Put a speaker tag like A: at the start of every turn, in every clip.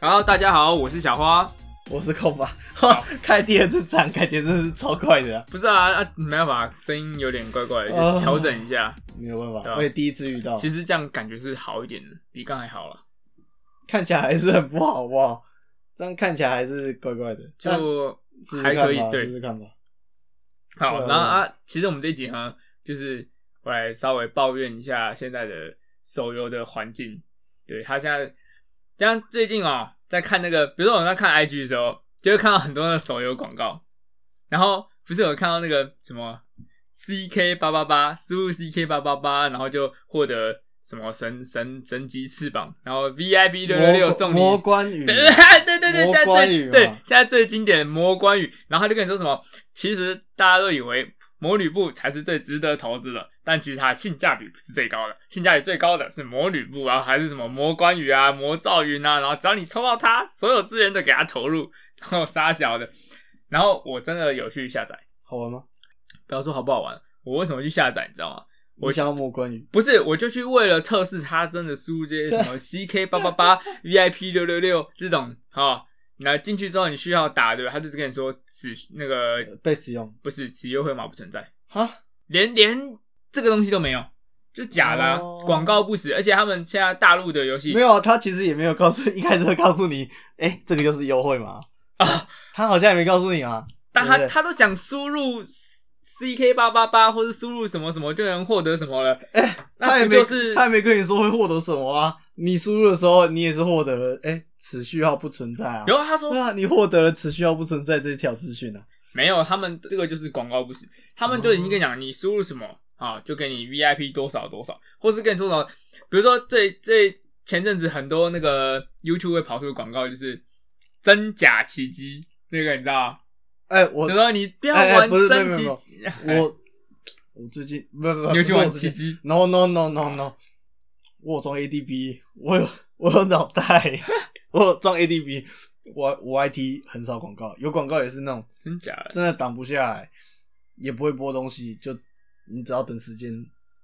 A: Hello，大家好，我是小花。
B: 我是空吧，哈， 开第二次场感觉真的是超快的啊、
A: 不是啊，啊没办法，声音有点怪怪的，
B: 哦
A: 就调整一下。
B: 没有办
A: 对
B: 法，
A: 啊
B: 我也第一次遇到，
A: 其实这样感觉是好一点的，比刚才好了。
B: 看起来还是很不好，好不好？这样看起来还是怪怪的，但
A: 就
B: 试
A: 还
B: 试
A: 可
B: 看
A: 以
B: 吧，
A: 对
B: 试试看吧。
A: 好，
B: 对啊
A: 然后啊，其实我们这一集呢，就是我来稍微抱怨一下现在的手游的环境。对他现在，像最近哦，在看那个，比如说我们在看 IG 的时候，就会看到很多的手游广告，然后不是有看到那个什么 CK 八八八，输入 CK 八八八，然后就获得什么神神神级翅膀，然后 VIP 六六六
B: 魔
A: 送你
B: 魔关羽，
A: 对 对对对，现
B: 魔
A: 在
B: 关羽
A: 最
B: 嘛
A: 对现在最经典的魔关羽，然后他就跟你说什么，其实大家都以为魔女布才是最值得投资的，但其实它性价比不是最高的，性价比最高的是魔女布啊，还是什么魔关羽啊、魔赵云啊，然后只要你抽到它，所有资源都给它投入，然后杀小的，然后我真的有去下载，
B: 好玩吗？
A: 不要说好不好玩，我为什么去下载，你知道吗？我
B: 我想要魔关羽，
A: 不是，我就去为了测试他真的输入这些什 么 CK 八八八、VIP 六六六这种啊。那进去之后你需要打对吧？他就是跟你说此那个
B: 被使用
A: 不是此优惠码不存在，
B: 哈，
A: 连连这个东西都没有，就假的啊、
B: 哦
A: 广、告不实。而且他们现在大陆的游戏
B: 没有啊，他其实也没有告诉，一开始会告诉你，哎、这个就是优惠嘛，
A: 啊，
B: 他好像也没告诉你啊，
A: 但他
B: 对不对
A: 他都讲输入 CK 八八八或是输入什么什么就能获得什么了，
B: 哎他
A: 那
B: 也
A: 不
B: 没、
A: 就是
B: 他也没跟你说会获得什么啊，你输入的时候你也是获得了，哎、此序号不存在啊，
A: 然后他说
B: 对啊，你获得了此序号不存在这条资讯啊，
A: 没有，他们这个就是广告不实，他们就已经跟你讲，你输入什么啊，就给你 VIP 多少多少，或是跟你说什么，比如说最最前阵子很多那个 YouTube 会跑出的广告，就是真假奇迹那个，你知道吗？
B: 哎、我
A: 就说你不要
B: 哎哎
A: 玩
B: 不是
A: 真
B: 没有
A: 奇
B: 没有
A: 迹，
B: 我我最近不不
A: 你有
B: 不，不
A: 去
B: 是
A: 玩
B: 我
A: 奇
B: 最近
A: 迹？
B: ？No No No No No，我有装 ADB，我有我有脑袋， 我有装 ADB，我我 IT 很少广告，有广告也是那种
A: 真假的？
B: 真的挡不下来，也不会播东西，就你只要等时间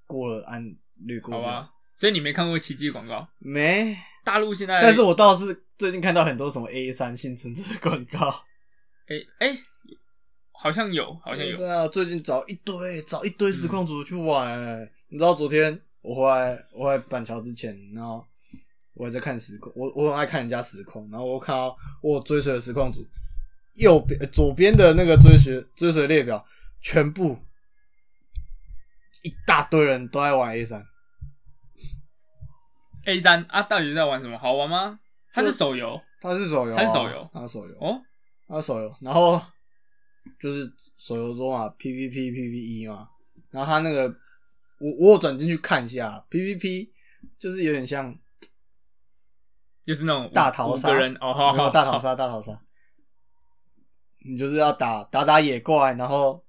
B: 过了按略过。
A: 好吧，，所以你没看过奇迹广告？
B: 没，
A: 大陆现在，
B: 但是我倒是最近看到很多什么 A 三新存在的广告，
A: 哎哎、好像有，好像有
B: 是，啊，最近找一堆找一堆实况组去玩、欸你知道昨天我回来我回来板桥之前，然后我还在看实况，我我很爱看人家实况，然后我看到我有追随的实况组右边呃左边的那个追随追随列表，全部一大堆人都在玩 A 三，
A: A 三啊，到底在玩什么？好玩吗？它是
B: 就
A: 手游
B: 它是手游、啊，
A: 它是手游
B: 它是手游，
A: 哦，
B: 他手游，然后就是手游中啊，PVP、PVE E 嘛，然后他那个我我有转进去看一下，PVP 就是有点像
A: 就是那种五
B: 大逃
A: 五
B: 杀
A: 个人哦，好
B: 然
A: 好
B: 后大逃
A: 杀，
B: 杀、大逃杀，你就是要打打打野怪，然后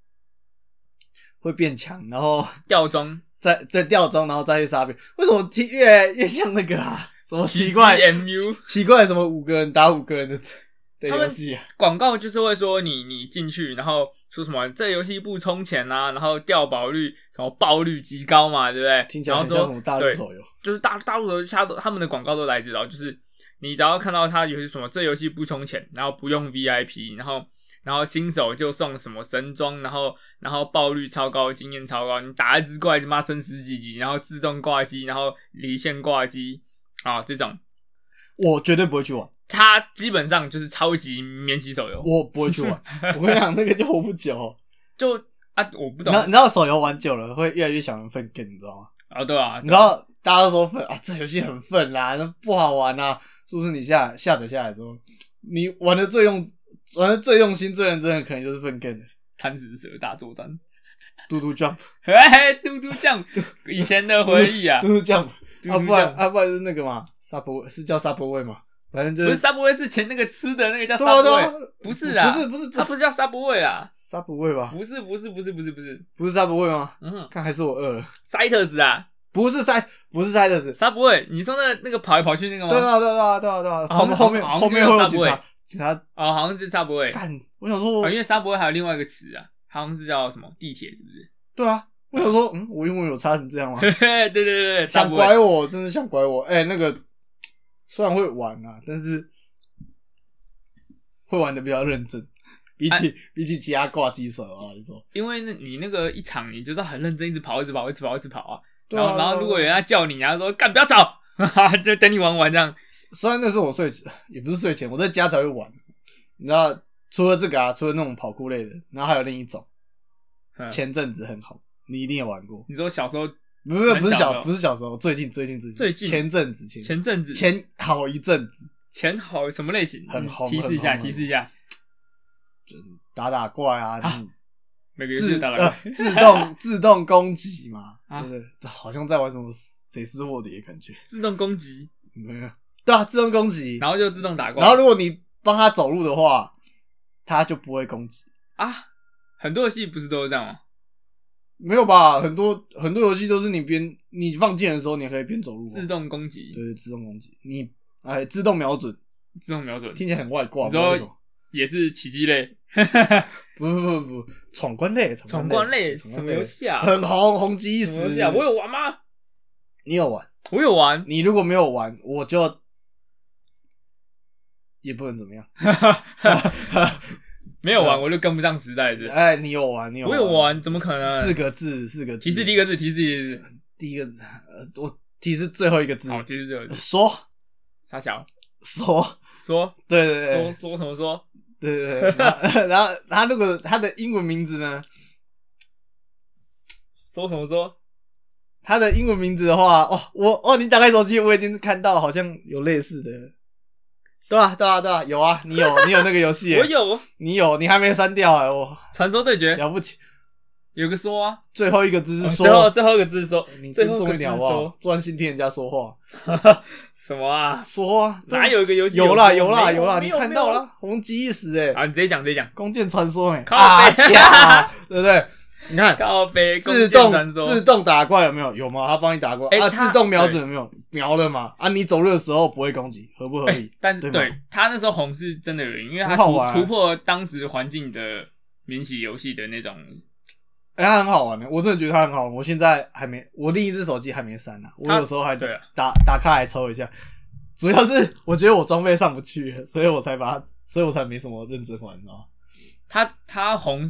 B: 会变强，然后
A: 吊装
B: 再再吊装，然后再去杀别人。为什么听越越像那个啊？什么奇怪
A: MU
B: 奇怪什么五个人打五个人的 的
A: 他们
B: 游戏啊？
A: 广告就是会说你你进去，然后说什么这游戏不充钱啦、然后掉保率什么爆率极高嘛，对不对？
B: 听起
A: 然
B: 来
A: 后
B: 很像什
A: 说
B: 么大陆
A: 对，
B: 手游。
A: 就是大大陆的他他们的广告都来自到，就是你只要看到他有些什么这游戏不充钱，然后不用 VIP，然后然后新手就送什么神装，然后然后爆率超高，经验超高，你打一只怪他妈升十几级，然后自动挂机，然后离线挂机啊这种。
B: 我绝对不会去玩，
A: 它基本上就是超级免洗手游，
B: 我不会去 玩。我跟你讲，那个就活不久。
A: 就啊，我不
B: 你
A: 懂
B: 知道，你知道手游玩久了会越来越想分更，你知道吗？
A: 啊，对啊
B: 你，知道大家都说分啊，这游戏很分啦，那不好玩啦，是不是？你下下载下来之后，你玩的最用玩的最用心、最认真的，可能就是分更的
A: 贪食蛇大作战，
B: 嘟嘟 jump，
A: 嘿，嘟嘟酱， 以前的回忆啊
B: 嘟，嘟 jump
A: 嘟嘟
B: 啊，不然
A: jump
B: 啊，不然就是那个嘛，subway 是叫 subway 嘛，反正就
A: 不是
B: 是
A: Subway 是前那个吃的那个叫
B: 对啊对啊
A: Subway，不是啊，
B: 不是不是不
A: 它
B: 是
A: 不是叫 Subway 啊，
B: subway 吧？
A: 不是不是不是不是不是，
B: 不是 subway 吗？
A: 嗯
B: 看还是我饿了，
A: ，Citus 啊
B: 不是塞不是塞的子，
A: ，Subway，你说那那个跑来跑去那个
B: 对
A: 吗？
B: 啊，对啊，对啊，对啊，
A: 哦啊
B: 后面
A: 好像好像
B: 后面后面
A: 就
B: 会
A: 叫
B: 有警
A: Subway
B: 察，警察
A: 哦，好像是 Subway，
B: 干，我想说
A: 哦，因，为 Subway 还有另外一个词啊，好像是叫什么地铁是不是？
B: 对啊，我想说，嗯，我英文有差成这样吗？
A: 嘿嘿，对对对对
B: 想拐
A: ，Subway，
B: 我，真是想拐我，哎，那个虽然会玩啊，但是会玩的比较认真，比起、
A: 哎
B: 比起其他挂机手啊，你说。
A: 因为那你那个一场，你就是很认真，一直跑，一直跑，一直跑，一直跑啊。
B: 对
A: 然
B: 啊
A: 后，然后如果人家叫你，然后说干不要吵，哈哈， 就等你玩完这样。
B: 虽然那是我睡前，也不是睡前，我在家才会玩。你知道，除了这个啊，除了那种跑酷类的，然后还有另一种，
A: 嗯
B: 前阵子很红，你一定也玩过。
A: 你说小时候
B: 不是
A: 很
B: 不是
A: 小
B: 小
A: 的哦
B: 不是小时候，最近最近最近
A: 最近
B: 前阵子前
A: 前阵子
B: 前好一阵子，
A: 前好什么类型？
B: 很
A: 嗯
B: 红
A: 提示一下，
B: 很红
A: 提示一下。
B: 打打怪啊，
A: 啊
B: 你
A: 每个游戏
B: 自
A: 都打了
B: 呃自 动自动攻击嘛，
A: 啊
B: 对不对？这好像在玩什么谁是卧底的感觉，
A: 自动攻击，
B: 没有对啊，自动攻击，
A: 然后就自动打怪。
B: 嗯然后如果你帮他走路的话，他就不会攻击。
A: 啊，很多游戏不是都是这样吗？
B: 没有吧？很多很多游戏都是你边你放箭的时候，你可以边走路啊，
A: 自动攻击，
B: 对自动攻击，你哎自动瞄准，
A: 自动瞄准，
B: 听起来很外挂。
A: 你知
B: 不知道
A: 道
B: 为什么
A: 也是奇迹类、
B: 不不不不，闯关类，
A: 闯
B: 关
A: 关类
B: 闯
A: 什
B: 关
A: 么游戏 啊？
B: 很红，红极一
A: 什么
B: 时
A: 游。戏啊？我有玩吗？
B: 你有玩？
A: 我有玩，
B: 你如果没有玩，我就也不能怎么样。
A: 没有玩我就跟不上时代的。
B: 哎，你有玩？啊你有？
A: 我有玩，，怎么可能？
B: 四个字，四个字。
A: 提示第一
B: 个，
A: 个字，提示第一个字，
B: 第一个字，呃我提示最后一个字。
A: 好，提示第二个字。
B: 说
A: 傻小
B: 说，
A: 说
B: 对对对
A: 说，说什么说？
B: 对对对，然后 然后他那个他的英文名字呢？
A: 说什么说？
B: 他的英文名字的话，哦，我哦，你打开手机，我已经看到好像有类似的，对啊，对啊，对啊，有啊，你有你有那个游戏耶，
A: 我有
B: 你有，你还没删掉哎，我
A: 传说对决，
B: 了不起，
A: 有个说啊，
B: 最后一个字
A: 哦
B: 是
A: 最后
B: 说，
A: 最后一个字是说
B: 你，
A: 最
B: 尊
A: 后一
B: 重
A: 个字
B: 一点
A: 是
B: 好不好
A: 说？
B: 专心听人家说话，
A: 什么啊？
B: 说啊，对啊
A: 哪有一个游戏
B: 有啦
A: 啦
B: 有啦
A: 啦
B: 有啦，
A: 啦，
B: 你
A: 没有
B: 看到？
A: 没有
B: 啦，红极一时哎，
A: 啊，你直接讲直接讲，
B: 弓箭传说哎，
A: 靠
B: 啊
A: 背
B: 掐，对不对？你看，
A: 告别
B: 自
A: 动
B: 动
A: 传说，
B: 自动打怪有没有？有吗？他帮你打怪、
A: 欸
B: 啊？
A: 他
B: 自动瞄准有没有？瞄了嘛？啊，你走路的时候不会攻击，合不合理？
A: 哎但是
B: 对吗
A: 对他那时候红是真的有因为他
B: 很好
A: 突
B: 玩啊
A: 突破当时环境的免洗游戏的那种，
B: 哎、它很好玩的，我真的觉得它很好玩。我现在还没，我另一只手机还没删呢、我
A: 它
B: 有时候还
A: 对啊
B: 打打开来抽一下。主要是 我觉得我装备上不去， 所以我才把它，所以我才没什么认真玩，你知道吗？
A: 他他红，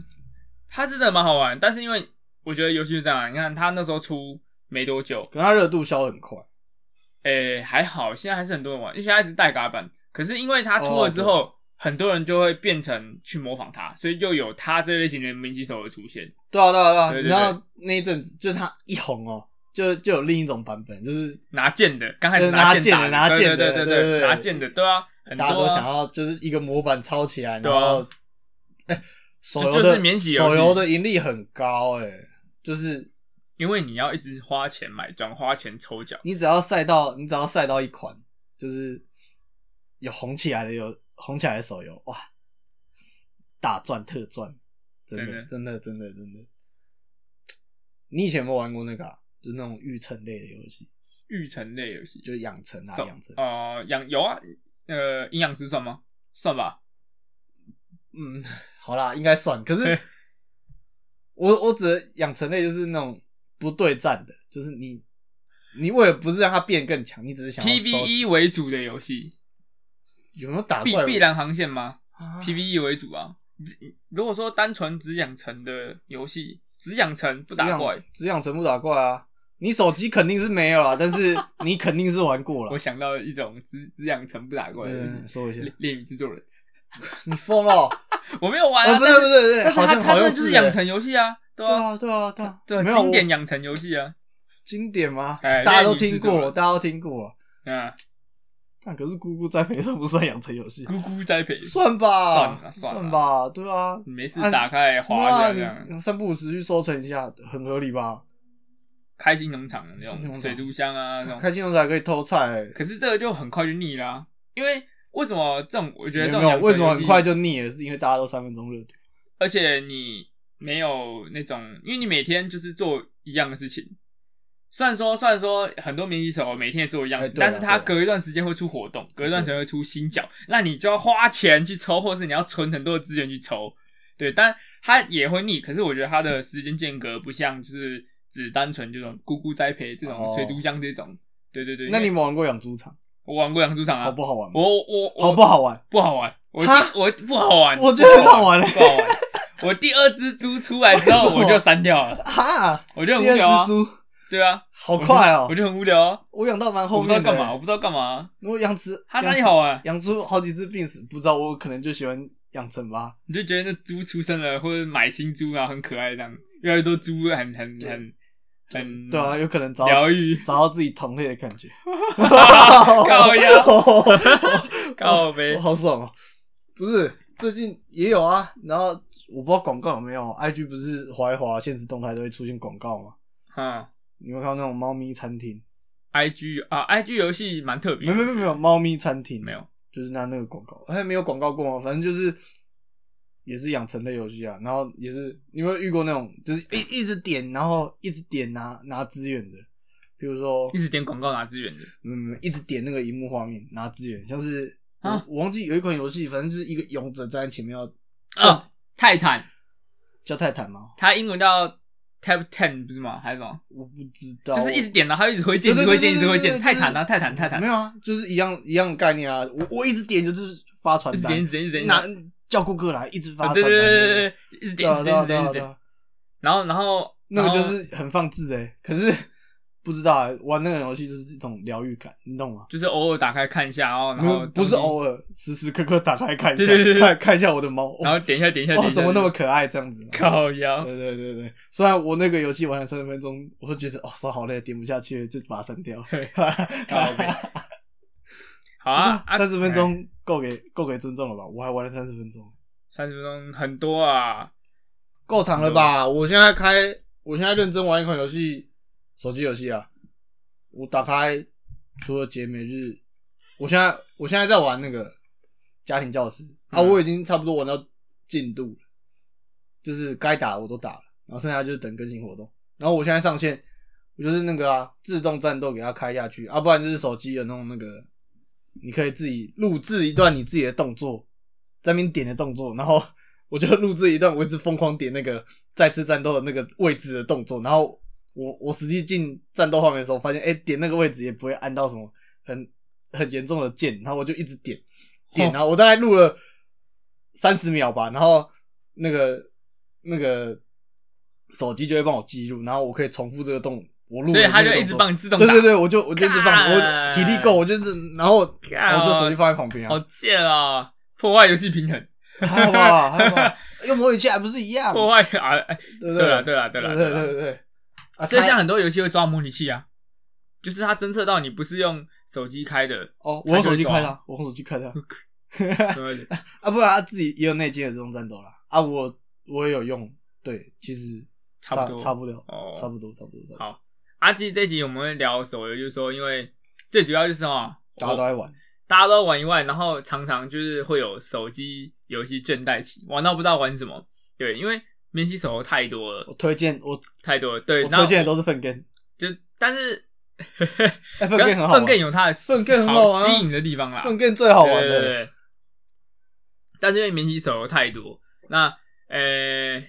A: 他真的蛮好玩，但是因为我觉得游戏是这样啊，你看他那时候出没多久，
B: 可能它热度消很快，
A: 诶、还好，现在还是很多人玩，因为现在一直代嘎版。可是因为它出
B: 哦
A: 了之后，很多人就会变成去模仿它，所以又有它这类型的名骑手的出现。
B: 对啊，对啊，对啊。
A: 对对
B: 然后那一阵子就是它一红哦，就就有另一种版本，就是
A: 拿剑的，刚开
B: 对
A: 始剑
B: 拿
A: 打的，
B: 剑的拿剑的
A: 对对
B: 对对对
A: 拿剑的，对啊，很多
B: 大家都想
A: 啊。
B: 要就是一个模板抄起来，
A: 对
B: 然
A: 啊
B: 后，哎、手游的
A: 就是免洗游戏
B: 手游的盈利很高、哎，就是
A: 因为你要一直花钱买装，花钱抽奖，
B: 你只要赛到你只要赛到一款，就是有红起来的有红起来的手游，哇，大赚特赚，真的真的真的真的。你以前有没有玩过那个、啊，就那种育成类的游戏，
A: 育成类游戏
B: 就养成啊
A: 手
B: 养成，
A: 呃养有啊，呃营养师算吗？算吧，
B: 嗯，好啦，应该算。可是我我指的养成类就是那种不对战的，就是你你为了不是让它变更强，你只是想要收集
A: PVE E 为主的游戏，
B: 有没有打
A: 必
B: 怪
A: 必然航线吗？
B: 啊
A: PVE 为主啊。只如果说单纯只养成的游戏，只养成不打怪，，
B: 只养成不打怪啊。你手机肯定是没有啊，但是你肯定是玩过
A: 我
B: 了。
A: 想到一种只只养成不打怪的游戏
B: 嗯，说一下
A: 《，恋与制作人》，
B: 你 疯了哦？
A: 我没有玩
B: 啊，
A: 啊，
B: 不
A: 但
B: 对
A: 是
B: 不对不对，
A: 但是
B: 好
A: 它
B: 像
A: 它
B: 好
A: 这
B: 像
A: 就是
B: 欸
A: 养成游戏啊，对
B: 对
A: 啊，
B: 啊对啊对啊，
A: 对啊，
B: 没有
A: 经典
B: 我
A: 养成游戏啊，
B: 经典吗？
A: 哎
B: 大家都
A: 恋与制
B: 听
A: 作
B: 过，
A: 人
B: 大家都听过。
A: 嗯，
B: 但可是姑姑栽培算不算养成游戏？
A: 咕咕栽培，
B: 算吧，
A: 算了算了
B: 吧，对啊，
A: 你没事
B: 啊
A: 打开来啊滑一下这样，
B: 那三不五时去收成一下，很合理吧？
A: 开心农场那
B: 开心农
A: 种
B: 场
A: 水族箱啊那种，
B: 开金融才可以偷菜、欸，
A: 可是这个就很快就腻啦，因为为什么这种我觉得这
B: 有
A: 种
B: 没
A: 养成
B: 有？为什么
A: 游戏
B: 很快就腻了？是因为大家都三分钟热度。
A: 而且你没有那种，因为你每天就是做一样的事情。虽然说，虽然说很多免洗手每天也做一样的事
B: 哎
A: 情，
B: 对啊
A: 但是他隔一段时间会出活动，隔一段时间会出新角，那你就要花钱去抽，或者是你要存很多的资源去抽。对，但它也会腻。可是我觉得它的时间间隔不像就是只单纯这种咕咕栽培这种
B: 哦
A: 水族箱这种。对对对，
B: 那你
A: 因为
B: 有没有玩过养猪场？
A: 我玩过养猪场啊，
B: 好不好玩吗？
A: 我我我
B: 好不好玩？
A: 不好玩，我
B: 哈
A: 我不好玩，
B: 我觉得很好玩
A: 不好玩。我第二只猪出来之后
B: 为什么
A: 我就删掉了，
B: 哈，
A: 我就很
B: 第
A: 无
B: 二
A: 聊啊
B: 只。猪
A: 对啊，
B: 好快哦
A: 我！就很无聊啊，
B: 我养到蛮
A: 我
B: 后
A: 不知道
B: 面的
A: 干嘛，我不知道干嘛。
B: 我养殖
A: 它哪里
B: 养
A: 好玩？
B: 养出好几只病死，不知道我可能就喜欢养成吧。
A: 你就觉得那猪出生了，或者买新猪然后很可爱这样，越来越多猪很很
B: 对
A: 很很
B: 对啊，有可能找
A: 嗯
B: 到，
A: 疗愈
B: 找到自己同类的感觉。
A: 靠腰 靠
B: 我
A: 呗。
B: 好爽啊哦！不是，最近也有啊。然后我不知道广告有没有，IG 不是滑一滑，现实动态都会出现广告吗？
A: 嗯
B: 你有没有看到那种猫咪餐厅？
A: i g 啊，IG 游戏蛮特别
B: 没
A: 的，
B: 有没有没有没有，猫咪餐厅
A: 没，有，
B: 就是拿那个广告，哎，没有广告过吗？反正就是也是养成类游戏啊。然后也是你有没有遇过那种，就是一一直点，然后一直点拿拿资源的，比如说
A: 一直点广告拿资源的。
B: 嗯，一直点那个荧幕画面拿资源，像是我、
A: 啊
B: 我忘记有一款游戏，反正就是一个勇者站在前面要
A: 啊，泰坦，
B: 叫泰坦吗？
A: 它英文叫 Tap Ten 不是吗？还是什么？
B: 啊我不知道，
A: 就是一直点，然后它一直挥
B: 对
A: 剑，一
B: 对
A: 直
B: 对
A: 挥剑，一直挥
B: 对对对
A: 剑。
B: 对
A: 泰坦啊，泰坦，泰坦
B: 没，有啊，就是一样一样的概念啊。我我一直点就是发传
A: 一直
B: 单
A: 点，一，直点，一直点。
B: 拿叫顾客来一直发
A: 啊对
B: 传单，
A: 对对对对，一直
B: 对
A: 点，一
B: 啊
A: 直
B: 对
A: 点，一
B: 啊
A: 直
B: 对
A: 点，一
B: 啊
A: 直
B: 对
A: 点。
B: 啊，
A: 然后，然后
B: 那个
A: 然后
B: 就是很放置哎、可是不知道、欸、玩那个游戏就是一种疗愈感，你懂吗？
A: 就是偶尔打开看一下，然后然
B: 没有
A: 后
B: 不是
A: 东西
B: 偶尔，时时刻刻打开看一下，
A: 对对对对
B: 看看一下我的猫，
A: 然后点一下，点一下，点
B: 哇
A: 一下
B: 哦怎么那么可爱这样子？
A: 靠腰？
B: 对对对对，虽然我那个游戏玩了三十分钟，我就觉得哦手好累，点不下去了，就把它删掉。
A: 啊靠背 好啊，啊
B: 三十分钟够给够给尊重了吧？我还玩了三十分钟，
A: 三十分钟很多啊，
B: 够长了吧？我现在开，我现在认真玩一款游戏，手机游戏啊。我打开，除了节每日，我现在我现在在玩那个家庭教师啊，
A: 嗯
B: 我已经差不多玩到进度了，就是该打的我都打了，然后剩下就是等更新活动。然后我现在上线，我就是那个啊，自动战斗给它开下去，啊，不然就是手机有那种那个，你可以自己录制一段你自己的动作，在那边点的动作，然后 我就录制一段，我一直疯狂点那个再次战斗的那个位置的动作，然后我我实际进战斗画面的时候，发现哎、诶点那个位置也不会按到什么很很严重的键，然后我就一直点点，
A: 哦
B: 然后我大概录了三十秒吧，然后那个那个手机就会帮我记录，然后我可以重复这个动，我录，
A: 所以它就一直。帮你自动打
B: 对，对对，我就我就一直放，我
A: 干
B: 体力够，我就是，然后我
A: 干
B: 我就手机放在旁边啊
A: 好，贱啊！破坏游戏平衡，
B: 还好吧，还好 吧，用模拟器还不是一样，
A: 破坏啊！哎
B: 对不
A: 对了，
B: 对
A: 对了，对了，
B: 对
A: 了
B: 对。对对，啊，
A: 所以
B: 开
A: 像很多游戏会抓模拟器啊，就是它侦测到你不是用手机开的，
B: 哦，我用手机开的啊，我用手机开的啊，
A: 对
B: 啊，不然他自己也有内建的这种战斗啦，啊，我我也有用，对，其实
A: 差不多
B: 差不多，
A: 哦
B: 差不多，差不多，
A: 好阿基这集我们会聊手游，就是说，因为最主要就是哦，
B: 大家都在玩，
A: 大家都玩一玩，然后常常就是会有手机游戏倦怠期，玩到不知道玩什么。对，因为免洗手游太多
B: 我
A: 了，
B: 推荐我
A: 太多了。对，
B: 我
A: 然后
B: 推荐的都是粪根，
A: 就但是
B: 哎，粪根很好玩，
A: 粪更有它的
B: 粪更很好玩啊
A: 吸引的地方啦，
B: 粪根最好玩
A: 对对
B: 的，
A: 对对但是因为免洗手游太多，那呃，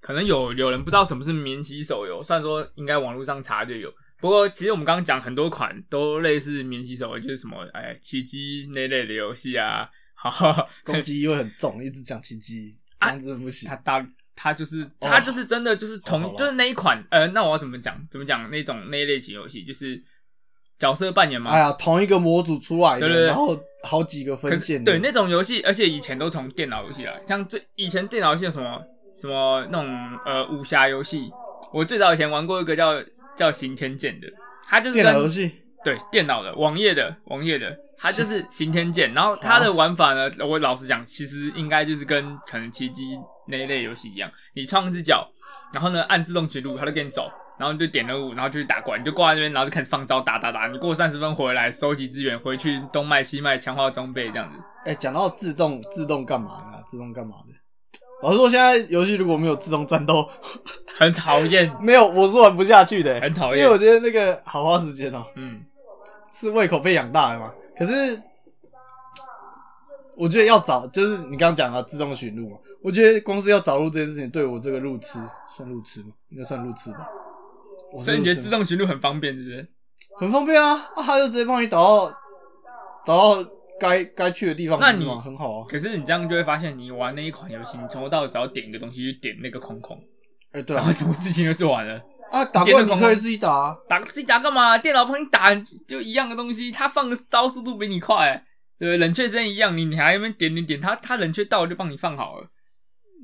A: 可能有有人不知道什么是免洗手游，虽然说应该网络上查就有。不过其实我们刚刚讲很多款都类似免洗手游，就是什么哎奇迹那类的游戏啊， 好，
B: 攻击又很重，一直讲奇迹，这
A: 啊
B: 样子不行
A: 它，大它就是它就是真的就是同、
B: 哦好吧
A: 就是那一款呃，那我要怎么讲怎么讲那种那一类型游戏，就是角色扮演嘛，
B: 哎呀，同一个模组出来
A: 对对
B: 的，
A: 对
B: 然后好几个分
A: 可是
B: 线的，
A: 对那种游戏，而且以前都从电脑游戏来，像最以前电脑游戏有什么什么那种呃武侠游戏，我最早以前玩过一个叫叫《刑天剑》的，它就是
B: 电
A: 跟
B: 脑游戏。
A: 对电脑的网页的网页的，它就是《刑天剑》，然后它
B: 哦
A: 的玩法呢，我老实讲，其实应该就是跟可能奇迹那一类游戏一样，你创一只脚，然后呢按自动指路，它就跟你走。然后你就点任务，然后就去打怪，你就挂在那边，然后就开始放招打打打。你过三十分回来，收集资源，回去东卖西卖，强化装备这样子。
B: 哎、讲到自动自动干嘛的啊、自动干嘛的？老实说，现在游戏如果没有自动战斗，
A: 很讨厌。
B: 没有我是玩不下去的、
A: 很讨厌
B: 因为我觉得那个好花时间哦、
A: 嗯，
B: 是胃口被养大了嘛。可是我觉得要找，就是你刚刚讲的自动寻路嘛，我觉得光是要找路这件事情，对我这个路痴算路痴吗？应该算路痴吧。我是
A: 所以你觉得
B: 路痴
A: 自
B: 吗
A: 动寻路很方便，是不是？
B: 很方便啊？啊，他就直接帮你导到导到该该去的地方，
A: 那
B: 不是
A: 你
B: 吗很好啊。
A: 可是你这样就会发现，你玩那一款游戏，你从头到尾只要点一个东西，就点那个空 空，
B: 哎、对
A: 然
B: 啊
A: 后，什么事情就做完了。
B: 啊，打
A: 电
B: 怪
A: 动空
B: 你可以自己打、啊，
A: 打自己打干嘛？电脑帮你打就一样的东西，它放的招速度比你快、对不对？冷却针一样，你你还在那边点点点，它它冷却到了就帮你放好了，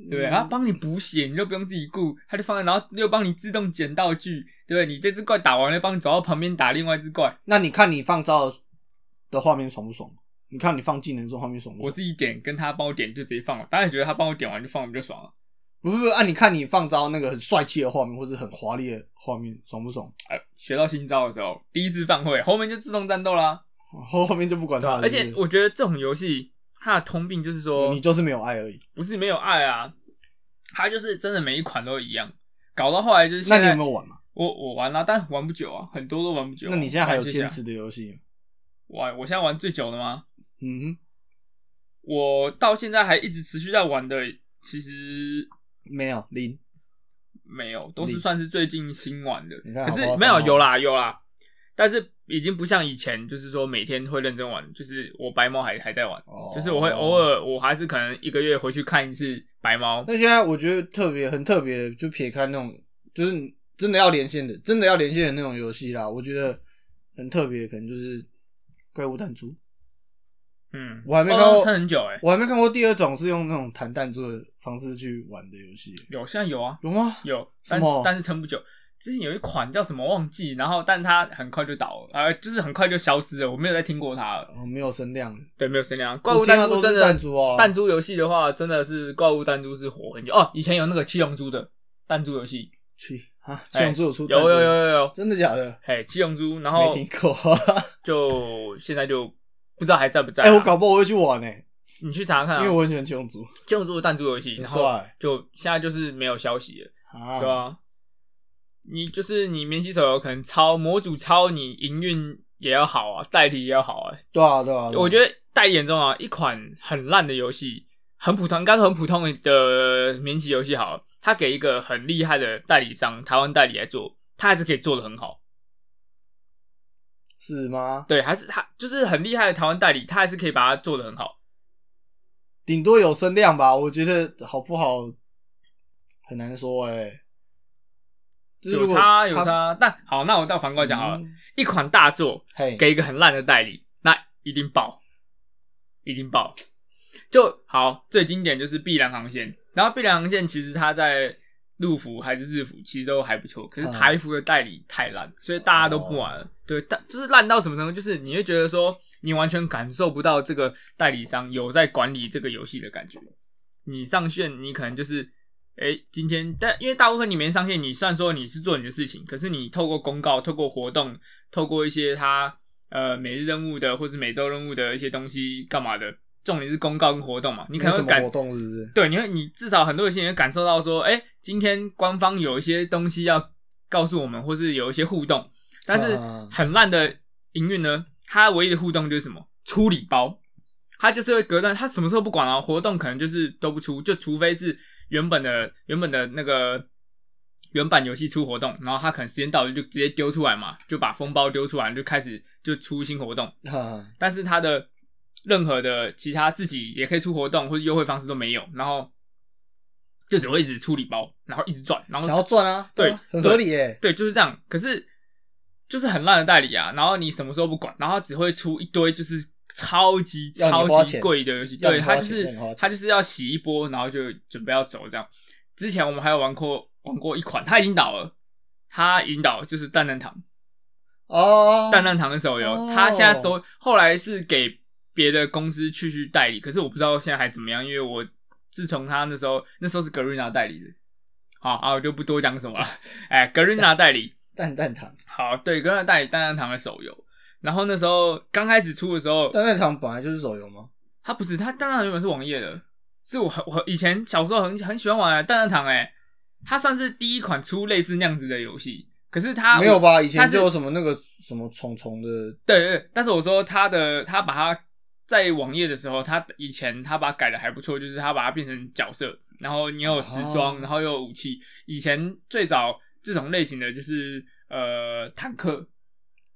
A: 对不对？啊
B: 嗯
A: 它帮你补血，你就不用自己顾，它就放在，然后又帮你自动捡道具，对不对？你这只怪打完了，帮你走到旁边打另外一只怪，
B: 那你看你放招的画面爽不爽？你看你放技能的时候画面爽不
A: 我
B: 爽？
A: 自己点跟他帮我点就直接放了，当然觉得他帮我点完就放，比较爽了。
B: 不不不啊！你看你放招那个很帅气的画面，或是很华丽的画面，爽不爽？
A: 哎，学到新招的时候，第一次放会，后面就自动战斗啦。
B: 后后面啊就不管他了。
A: 啊而
B: 是
A: 且
B: 不是
A: 我觉得这种游戏它的通病就是说，
B: 你就是没有爱而已。
A: 不是没有爱啊，它就是真的每一款都一样，搞到后来就是
B: 那
A: 现
B: 你
A: 在
B: 有没有玩嘛？
A: 我我玩了、但玩不久啊，很多都玩不久啊、
B: 那你现在还有
A: 玩一些
B: 坚
A: 下？
B: 持的游戏吗？
A: 玩，我现在玩最久的吗？
B: 嗯哼，
A: 我到现在还一直持续在玩的，其实
B: 没有零。
A: 没有，都是
B: 你
A: 算是最近新玩的
B: 你。看
A: 可
B: 好
A: 是
B: 不好
A: 没有
B: 看哦
A: 有啦有啦，但是已经不像以前，就是说每天会认真玩，就是我白猫还还在玩，
B: 哦
A: 就是我会偶尔，我还是可能一个月回去看一次白猫。
B: 那现在我觉得特别很特别，就撇开那种就是你真的要连线的，真的要连线的那种游戏啦，我觉得很特别，可能就是《怪物弹珠》，
A: 嗯，
B: 我还没
A: 哦
B: 看过
A: 撑很久哎、
B: 我还没看过第二种是用那种弹弹珠的方式去玩的游戏，
A: 有现在有啊，
B: 有吗？
A: 有，但
B: 什么
A: 但是撑不久。之前有一款叫什么忘记，然后但它很快就倒了，啊、就是很快就消失了，我没有再听过它了。
B: 哦，没有声量，
A: 对，没有声量。怪
B: 我
A: 物
B: 听
A: 弹
B: 到
A: 珠
B: 都
A: 真
B: 是
A: 的
B: 弹珠哦，
A: 弹珠游戏的话，真的是怪物弹珠是火很久哦。以前有那个七龙珠的弹珠游戏，
B: 去啊，七
A: 哎
B: 龙珠有出弹
A: 有
B: 珠，
A: 有有有有，
B: 真的假的？
A: 嘿，七龙珠，然
B: 没
A: 后啊
B: 听过，
A: 就现在就不知道还在不在、啊。
B: 哎，我搞不好我会去玩欸呢，
A: 你去查看、啊，
B: 因为我很喜欢七龙珠
A: 七龙珠的弹珠游戏，
B: 很
A: 然后
B: 帅
A: 就现在就是没有消息了。
B: 啊
A: 对啊，你就是你免洗手游可能抄模组抄你营运也要好啊，代理也要好啊。
B: 对啊对啊，
A: 我
B: 得
A: 觉得代理眼中啊，一款很烂的游戏，很普通，应该说很普通的免洗游戏好了，他给一个很厉害的代理商，台湾代理来做，他还是可以做的很好。
B: 是吗？
A: 对，还是他就是很厉害的台湾代理，他还是可以把它做的很好。
B: 顶多有声量吧，我觉得好不好很难说哎，就是
A: 有
B: 如果
A: 差啊有
B: 他，
A: 差，但好，那我到反过来讲好了，
B: 嗯
A: 一款大作，
B: 嘿，
A: 给一个很烂的代理，那一定爆，一定爆。就好，最经典就是碧蓝航线，然后碧蓝航线其实它在陆服还是日服其实都还不错，可是
B: 嗯哦
A: 台服的代理太烂，所以大家都不玩了。对，但就是烂到什么程度，就是你会觉得说你完全感受不到这个代理商有在管理这个游戏的感觉。你上线，你可能就是。诶，今天但因为大部分你没上线，你虽然说你是做你的事情，可是你透过公告、透过活动、透过一些它呃每日任务的或者每周任务的一些东西干嘛的，重点是公告跟活动嘛，你
B: 你
A: 可能会
B: 什么
A: 感
B: 活动是不是？
A: 对，你会你至少很多有些人会感受到说，哎、今天官方有一些东西要告诉我们，或是有一些互动，但是
B: 嗯
A: 很烂的营运呢，它唯一的互动就是什么出礼包，它就是会隔断，它什么时候不管啊，活动可能就是都不出，就除非是原本的原本的那个原版游戏出活动，然后它可能时间到了就直接丢出来嘛，就把封包丢出来，就开始就出新活动，
B: 哈
A: 但是它的任何的其他自己也可以出活动或者优惠方式都没有，然后就只会一直出礼包，然后一直赚，然后
B: 想要赚啊，
A: 对
B: 啊很
A: 对
B: 合理耶。
A: 对，就是这样。可是就是很烂的代理啊，然后你什么时候不管，然后只会出一堆就是超级
B: 要你
A: 超
B: 花
A: 级
B: 钱
A: 贵的游戏，
B: 要
A: 对
B: 你
A: 他
B: 花
A: 就
B: 钱要
A: 是
B: 你花钱
A: 他就是要洗一波，然后就准备要走这样。之前我们还有玩过玩过一款，他已经倒了，他引导就是蛋蛋糖，
B: 哦，
A: 蛋蛋糖的手游
B: 哦，
A: 他现在收后来是给别的公司去去代理，可是我不知道现在还怎么样，因为我自从他那时候那时候是格瑞娜代理的，好啊，我就不多讲什么 了，哎，格瑞娜代理。
B: 蛋蛋糖，
A: 好，对，跟着代理蛋蛋堂的手游。然后那时候刚开始出的时候，
B: 蛋蛋糖本来就是手游吗？
A: 它不是它蛋蛋堂原本是网页的，是我很我以前小时候很很喜欢玩的蛋蛋堂哎、它算是第一款出类似那样子的游戏。可是它
B: 没有？吧？以
A: 啊它
B: 前
A: 是
B: 就有什么那个什么虫虫的，
A: 对对对，但是我说它的它把它在网页的时候，它以前它把它改的还不错，就是它把它变成角色，然后你有时装，
B: 哦
A: 然后又有武器。以前最早这种类型的
B: 啊
A: 就是呃坦克，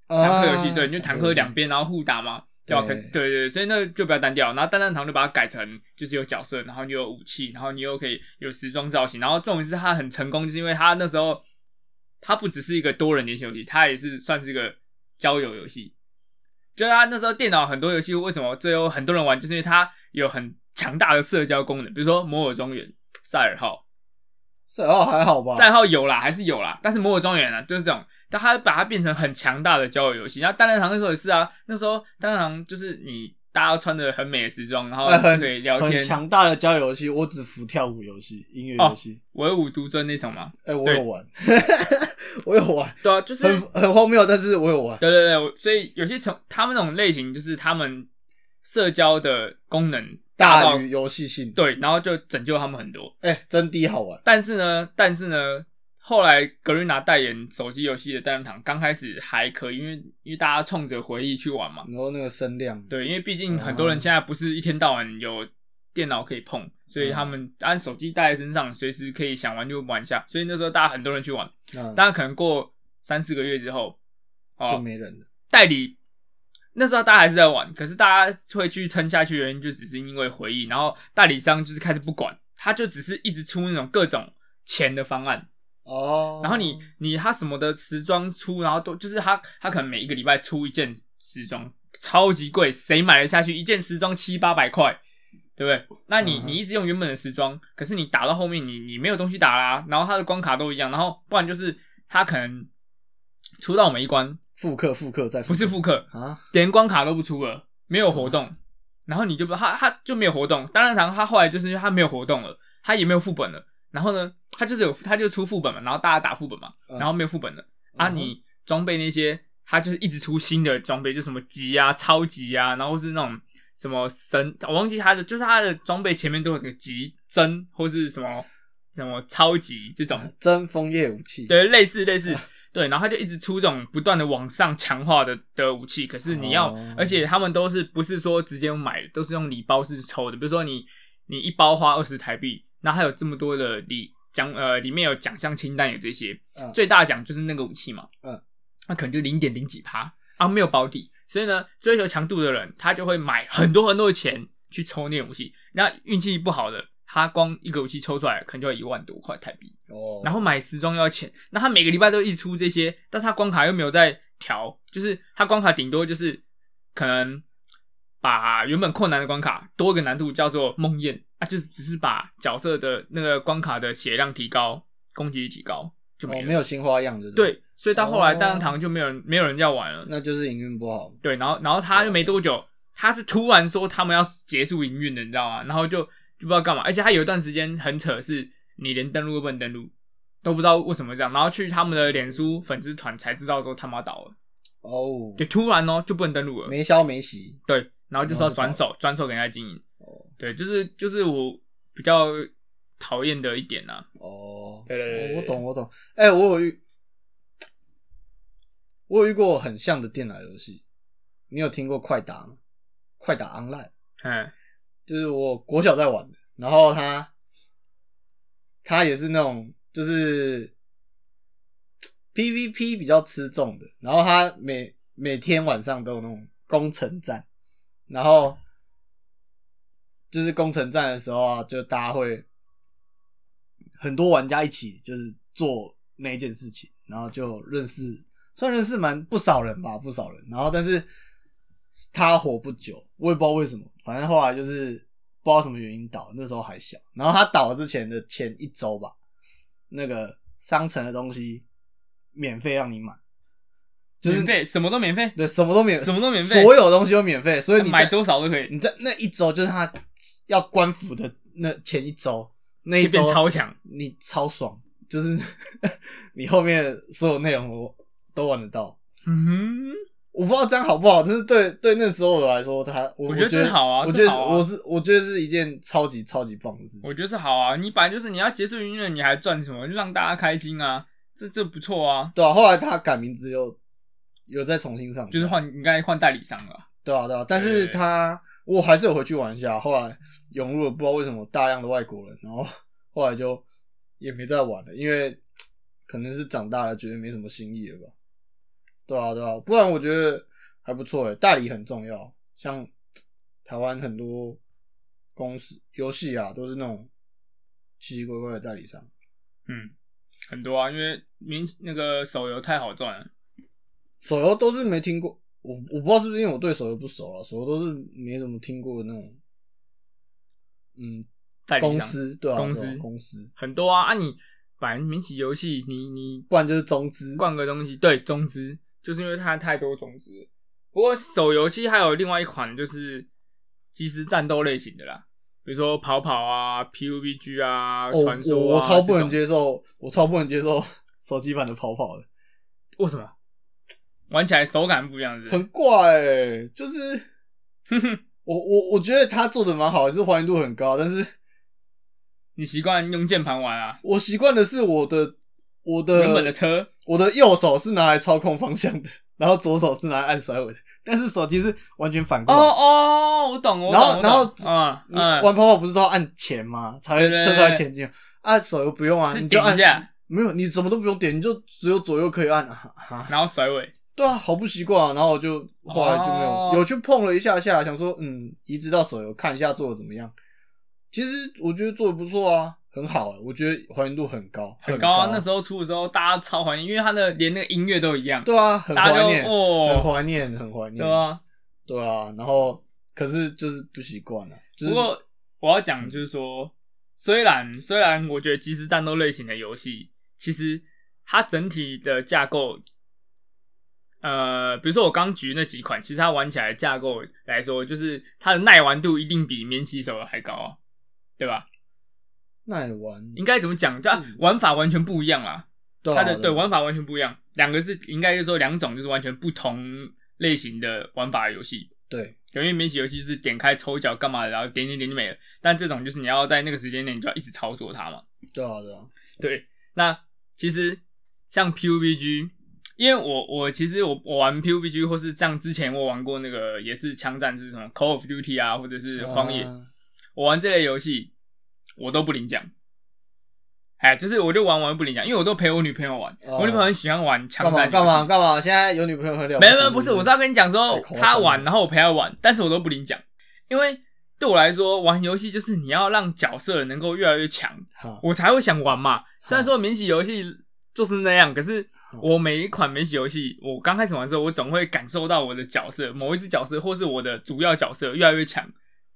A: 坦克游戏，对，你就坦克两边然后互打嘛。对吧？可
B: 哦
A: 对
B: 对
A: 对对，所以那就不要单调。然后蛋蛋堂就把它改成就是有角色，然后你有武器，然后你又可以有时装造型。然后重点是它很成功，就是因为它那时候它不只是一个多人联线游戏，它也是算是一个交友游戏。就是它那时候电脑很多游戏为什么最后很多人玩，就是因为它有很强大的社交功能，比如说摩尔庄园、赛尔号。
B: 赛号哦还好吧？
A: 赛号有啦，还是啊有啦，但是摩尔庄园啊，就是这种，但它把它变成很强大的交友游戏。然后单人堂那时候也是啊，那时候单人堂就是你大家穿的很美的时装，然后
B: 哎
A: 就
B: 很
A: 可以聊
B: 很
A: 天，
B: 强大的交友游戏，我只服跳舞游戏、音乐游戏。
A: 唯我独尊那种嘛。
B: 哎、我
A: 对
B: 有玩， 我有玩，
A: 对啊，就是
B: 很很荒谬，但是我有玩。
A: 对对对，我所以有些成他们那种类型，就是他们社交的功能大
B: 大
A: 到
B: 于游戏性，
A: 对，然后就拯救他们很多。
B: 哎、真的好玩。
A: 但是呢，但是呢，后来格瑞娜代言手机游戏的单人堂，刚开始还可以，因为因为大家冲着回忆去玩嘛。
B: 然后那个声量，
A: 对，因为毕
B: 嗯
A: 竟很多人现在不是一天到晚有电脑可以碰，所以他
B: 嗯
A: 们按手机带在身上，随时可以想玩就玩一下。所以那时候大家很多人去玩，
B: 嗯，
A: 大家可能过三四个月之后，
B: 就
A: 哦，
B: 没人了。
A: 代理那时候大家还是在玩，可是大家会去撑下去的原因就只是因为回忆，然后代理商就是开始不管，他就只是一直出那种各种钱的方案，
B: 哦，
A: 然后你你他什么的时装出，然后都就是他他可能每一个礼拜出一件时装，超级贵，谁买得下去？一件时装七八百块，对不对？那你
B: 嗯哼
A: 你一直用原本的时装，可是你打到后面你你没有东西打啦，然后他的关卡都一样，然后不然就是他可能出到每一关
B: 复刻复刻再复刻
A: 不是复刻，
B: 啊，
A: 连关卡都不出了，没有活动，然后你就不他他就没有活动。当然堂他后来就是因为他没有活动了，他也没有副本了。然后呢，他就是有他就出副本嘛，然后大家打副本嘛，
B: 嗯
A: 然后没有副本了。啊，
B: 嗯哼
A: 你装备那些，他就是一直出新的装备，就什么级啊、超级啊，然后是那种什么神，我忘记他的，就是他的装备前面都有这个级真或是什么什么超级这种，
B: 真枫叶武器，，
A: 对，类似 类似，对，然后他就一直出这种不断的往上强化的的武器，可是你要，
B: 哦
A: 而且他们都是不是说直接买的，都是用礼包式抽的，比如说你你一包花二十台币，那还有这么多的礼奖，呃，里面有奖项清单有这些，
B: 嗯
A: 最大奖就是那个武器嘛，
B: 嗯，
A: 那可能就零点零几趴啊，没有保底，所以呢，追求强度的人他就会买很多很多的钱去抽那个武器，那运气不好的。他光一个武器抽出来，可能就要一万多块台币。
B: 哦，
A: 然后买时装又要钱，那他每个礼拜都一直出这些，但是他关卡又没有在调，就是他关卡顶多就是可能把原本困难的关卡多一个难度叫做梦魇啊，就只是把角色的那个关卡的血量提高，攻击力提高就没
B: 哦
A: 了。
B: 没有新花样，对不对？
A: 对，所以到后来
B: 哦
A: 大人堂就没有人没有人要玩了。
B: 那就是营运不好。
A: 对，然后然后
B: 啊
A: 他又没多久，他是突然说他们要结束营运的，你知道吗？然后就就不知道干嘛，而且他有一段时间很扯，是你连登录都不能登录，都不知道为什么这样，然后去他们的脸书粉丝团才知道说他们要倒了，
B: 哦，
A: 就突然哦就不能登录了，
B: 没消没息，
A: 对，然后就是要转
B: 然后就
A: 手转手给人家经营
B: 哦，
A: 对，就是就是我比较讨厌的一点呐、啊，
B: 哦，
A: 对对对对
B: 我懂我懂。哎、我有遇，我有遇过很像的电脑游戏，你有听过快打吗？快打 Online
A: 嗯，
B: 就是我国小在玩的，然后它它也是那种就是 PVP 比较吃重的，然后它每每天晚上都有那种攻城战，然后就是攻城战的时候啊，就大家会很多玩家一起就是做那一件事情，然后就认识，算认识蛮不少人吧，不少人。然后但是他活不久，我也不知道为什么，反正后来就是不知道什么原因倒，那时候还小。然后他倒之前的前一周吧，那个商城的东西免费让你买，就是
A: 免费什么都免费，
B: 对什么都免，
A: 什么都免费
B: 所有东西都免费，所以你
A: 买
B: 在
A: 多少都可以，
B: 你在那一周就是他要官服的那前一周，那一
A: 就
B: 周
A: 变超强，
B: 你超爽，就是 你后面所有内容我都玩得到。
A: 嗯哼，
B: 我不知道这样好不好，但是对对那时候我来说，他我
A: 我觉
B: 觉
A: 得这好啊
B: 我觉得
A: 这好啊
B: 我是我觉得是一件超级超级棒的事
A: 我
B: 情。
A: 觉得是好啊，你本来就是你要结束营运，你还赚什么？让大家开心啊，这这不错啊。
B: 对啊，后来他改名字又有再重新上，
A: 就是换，应该换代理商了。
B: 对啊对啊，但是
A: 对
B: 他我还是有回去玩一下，后来涌入了不知道为什么大量的外国人，然后后来就也没再玩了，因为可能是长大了，觉得没欸什么新意了吧。对啊对啊，不然我觉得还不错诶，代理很重要，像台湾很多公司游戏啊，都是那种奇奇怪怪的代理商。
A: 嗯，很多啊，因为明那个手游太好赚了。
B: 手游都是没听过，我我不知道是不是因为我对手游不熟啊，手游都是没怎么听过的那种，嗯，
A: 代理商
B: 公司对啊，
A: 公
B: 对
A: 司
B: 啊公司，
A: 很多啊啊你！本来民企游戏，你你
B: 不然就是中资，
A: 灌个东西，对中资，就是因为它太多种子了。不过手游其实还有另外一款就是即时战斗类型的啦，比如说跑跑啊、PUBG 啊、
B: 哦，
A: 传
B: 我
A: 说啊
B: 我超
A: 这
B: 不能
A: 种
B: 接受，我超不能接受手机版的跑跑的，
A: 为什么？玩起来手感不一样是不
B: 很
A: 是，
B: 怪、欸， 就是我我我觉得他做的蛮好，是还原度很高，但是
A: 你习惯用键盘玩啊，
B: 我习惯的是我的我的
A: 原本的车
B: 我的右手是拿来操控方向的，然后左手是拿来按甩尾的，但是手机是完全反
A: 哦
B: 过来。
A: 哦，我懂，我懂
B: 然后
A: 我懂
B: 然后
A: 啊
B: 你玩
A: 嗯，
B: 跑跑不是都要按前吗？才会
A: 对对
B: 车
A: 对
B: 才会前进。按手游不用啊，
A: 是
B: 你就
A: 点
B: 按
A: 一下，
B: 没有，你什么都不用点，你就只有左右可以按啊。啊
A: 然后甩尾，
B: 对啊，好不习惯啊。然后我就后来就没有、
A: 哦
B: 有去碰了一下下，想说嗯，移植到手游看一下做的怎么样。其实我觉得做的不错啊，很好、啊，我觉得还原度很高，
A: 很
B: 高
A: 高啊！那时候出的时候，大家超怀念，因为它的连那个音乐都一样，
B: 对啊，很
A: 大
B: 怀
A: 家
B: 念，
A: 就哦
B: 很，怀念，很怀念。
A: 对啊。
B: 对啊，然后可是就是不习惯了，就是嗯
A: 不过我要讲就是说，虽然虽然我觉得即时战斗类型的游戏，其实它整体的架构，呃，比如说我刚举那几款，其实它玩起来的架构来说，就是它的耐玩度一定比免洗手游还高啊，对吧？
B: 耐玩，
A: 应该怎么讲？就、啊
B: 嗯
A: 玩法完全不一样啦。
B: 对啊
A: 它的对玩法完全不一样，两个是应该就是说两种就是完全不同类型的玩法游戏。
B: 对
A: 因为免洗游戏是点开抽奖干嘛的，然后点点点就没了。但这种就是你要在那个时间内，你就要一直操作它嘛。
B: 对啊对啊，
A: 对，那其实像 PUBG，因为我我其实我我玩 PUBG 或是像之前我玩过那个也是枪战是什么 Call of Duty 啊，或者是荒野，
B: 嗯
A: 我玩这类游戏我都不领奖。哎，就是我就玩玩不领奖，因为我都陪我女朋友玩，
B: 哦
A: 我女朋友很喜欢玩枪
B: 干嘛
A: 战游戏
B: 干嘛干嘛？现在有女朋友很了不
A: 没
B: 起，
A: 有没有，不是，我是要跟你讲说
B: 太夸，张
A: 他玩，
B: 了
A: 然后我陪他玩，但是我都不领奖，因为对我来说，玩游戏就是你要让角色能够越来越强，
B: 哈
A: 我才会想玩嘛。虽然说免洗游戏就是那样，可是
B: 好
A: 我每一款免洗游戏，我刚开始玩的时候，我总会感受到我的角色某一只角色或是我的主要角色越来越强，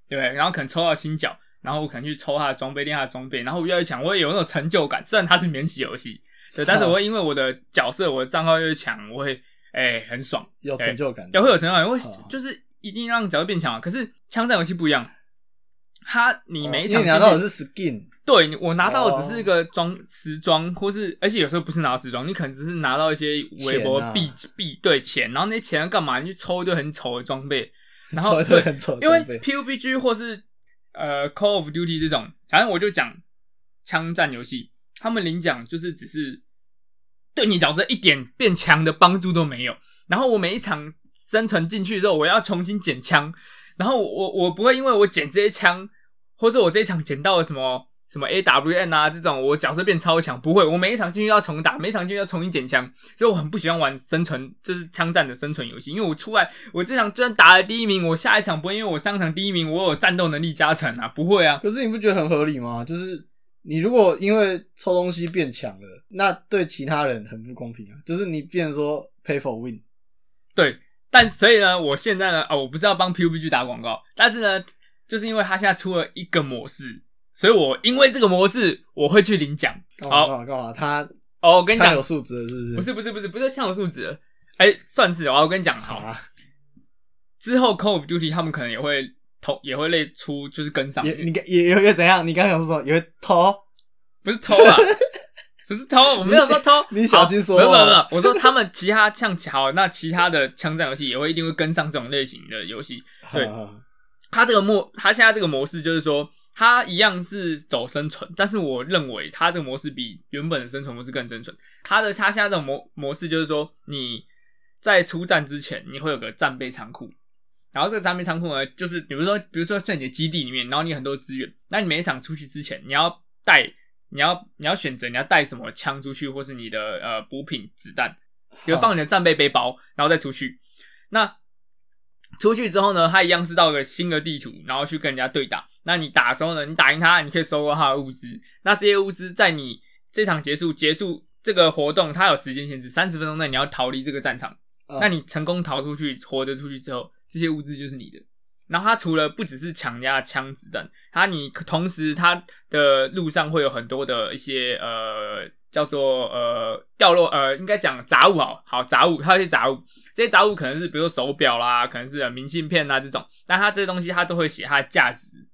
A: 对不对？然后可能抽到新角，然后我可能去抽他的装备，练他的装备，然后我越来越强，我也有那种成就感。虽然它是免洗游戏，对，但是我会因为我的角色、我的账号越来越强，我会哎、很爽。
B: 有成就感，
A: 也哎会有成就感，会
B: 好
A: 就是一定让角色变强啊。可是枪战游戏不一样，它你每一场
B: 哦你
A: 进去、
B: 拿到的是哦 skin，
A: 对你我拿到的只是一个装时装，或是而且有时候不是拿到时装，你可能只是拿到一些微博
B: 钱啊
A: 币币对钱，然后那些钱要干嘛？你去抽一堆很丑的装备，然后
B: 抽一堆很丑的
A: 因为
B: 装备，
A: PUBG 或是呃 Call of Duty 这种，反正我就讲枪战游戏，他们领奖就是只是对你角色一点变强的帮助都没有。然后我每一场生存进去之后，我要重新捡枪，然后我我我不会因为我捡这些枪，或者我这一场捡到了什么。什么 AWN 啊这种，我角色变超强，不会，我每一场进去要重打，每一场进去要重新捡枪，所以我很不喜欢玩生存，就是枪战的生存游戏，因为我出来我这场就算打了第一名，我下一场不会因为我上场第一名，我有战斗能力加成啊，不会啊。
B: 可是你不觉得很合理吗？就是。你如果因为抽东西变强了，那对其他人很不公平啊！就是你变成说 pay for win，
A: 对，但所以呢，我现在呢，啊、我不是要帮 PUBG 打广告，但是呢，就是因为它现在出了一个模式，所以我因为这个模式，我会去领奖。
B: 干
A: 好
B: 嘛干嘛干嘛？他
A: 哦，我跟你
B: 他
A: 讲
B: 有，素质了是不是？
A: 不是不是不是不是呛我数值了，哎、算是哦，我跟你讲，好，
B: 啊，
A: 之后 Call of Duty 他们可能也会投，也会类出，就是跟上
B: 也，你刚也也会怎样？你刚刚想说什么？也会偷？
A: 不是偷 啊，不是偷，我没有说偷，
B: 你小心说话
A: 好没有没有没有，我说他们其他像好，那其他的枪战游戏也会一定会跟上这种类型的游戏。对
B: 哈哈
A: 它这个模，它现在这个模式就是说，它一样是走生存，但是我认为它这个模式比原本的生存模式更生存。它的它现在这种模模式就是说，你在出战之前，你会有个战备仓库。然后这个战备仓库呢，就是比如说，比如说在你的基地里面，然后你很多资源，那你每一场出去之前，你要带，你要你要选择你要带什么枪出去，或是你的呃补品子弹，比如放你的战备背包，然后再出去。那出去之后呢，他一样是到个新的地图，然后去跟人家对打。那你打的时候呢，你打赢他，你可以收获他的物资。那这些物资在你这场结束结束这个活动，它有时间限制，三十分钟内你要逃离这个战场。
B: 嗯
A: 那你成功逃出去，活着出去之后，这些物资就是你的。然后它除了不只是抢人家的枪子弹，它你同时它的路上会有很多的一些呃叫做呃掉落呃应该讲杂物好好杂物，它有一些杂物，这些杂物可能是比如说手表啦，可能是呃明信片啦这种，但它这些东西它都会写它的价值，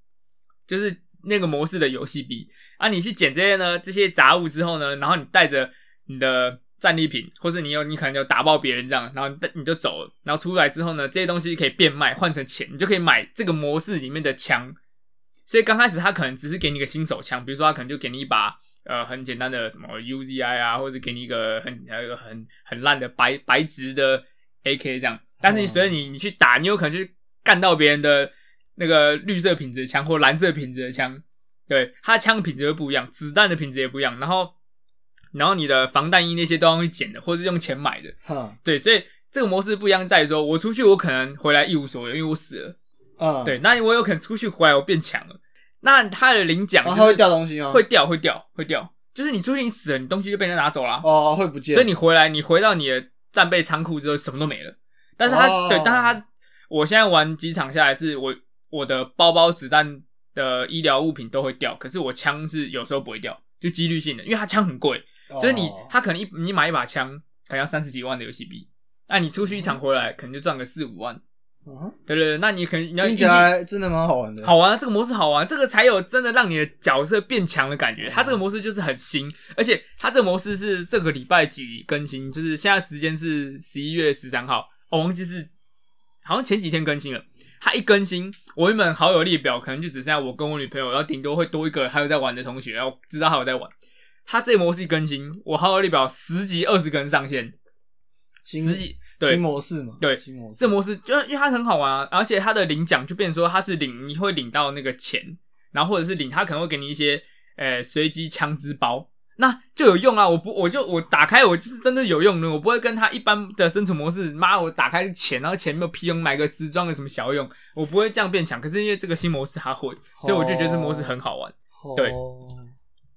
A: 就是那个模式的游戏币啊。你去捡这些呢这些杂物之后呢，然后你带着你的战利品，或是你有你可能有打爆别人这样，然后你你就走了，然后出来之后呢，这些东西可以变卖换成钱，你就可以买这个模式里面的枪。所以刚开始他可能只是给你一个新手枪，比如说他可能就给你一把呃很简单的什么 UZI 啊，或者给你一个很还有一个很很烂的白白直的 AK 这样。但是你
B: 哦
A: 随着你你去打，你有可能去干到别人的那个绿色品质的枪或蓝色品质的枪，对，它的枪品质会不一样，子弹的品质也不一样，然后然后你的防弹衣那些都要去捡的，或是用钱买的，
B: 哼，
A: 对，所以这个模式不一样在于说，我出去我可能回来一无所有，因为我死了，
B: 嗯，
A: 对，，那我有可能出去回来我变强了，那它的领奖
B: 然后
A: 就
B: 啊哦它会
A: 是
B: 掉东西吗？
A: 会掉会掉会掉，就是你出去你死了，你东西就被人家拿走了啊，
B: 哦，会不见，
A: 所以你回来，你回到你的战备仓库之后，什么都没了。但是它、
B: 哦
A: 对，但是它，我现在玩几场下来是，我我的包包、子弹的医疗物品都会掉，可是我枪是有时候不会掉，就几率性的，因为它枪很贵，
B: 哦
A: 就是你它可能一你买一把枪可能要三十几万的游戏币，那你出去一场回来可能就赚个四五万，
B: 嗯
A: 对对对，那你可能你要
B: 听
A: 运
B: 起
A: 气。
B: 来真的蛮好玩的。
A: 好玩、啊，这个模式好玩，这个才有真的让你的角色变强的感觉。它这个模式就是很新，而且它这个模式是这个礼拜几更新，就是现在时间是十一月十三号，哦我、忘记是好像前几天更新了。它一更新，我原本好友列表可能就只剩下我跟我女朋友，然后顶多会多一个还有在玩的同学，然后知道还有在玩。它这个模式一更新，我好友列表十几二十个人上线，
B: 新
A: 十几对
B: 新模式嘛，
A: 对
B: 新模式，
A: 这模式就因为它很好玩、啊，而且它的领奖就变成说它是领你会领到那个钱，然后或者是领它可能会给你一些呃随机枪支包，那就有用啊！我不我就我打开我就是真的有用的，我不会跟它一般的生存模式，妈我打开钱，然后钱没有屁用，买个时装有什么小用，我不会这样变强。可是因为这个新模式它会，所以我就觉得这模式很好玩。对
B: 哦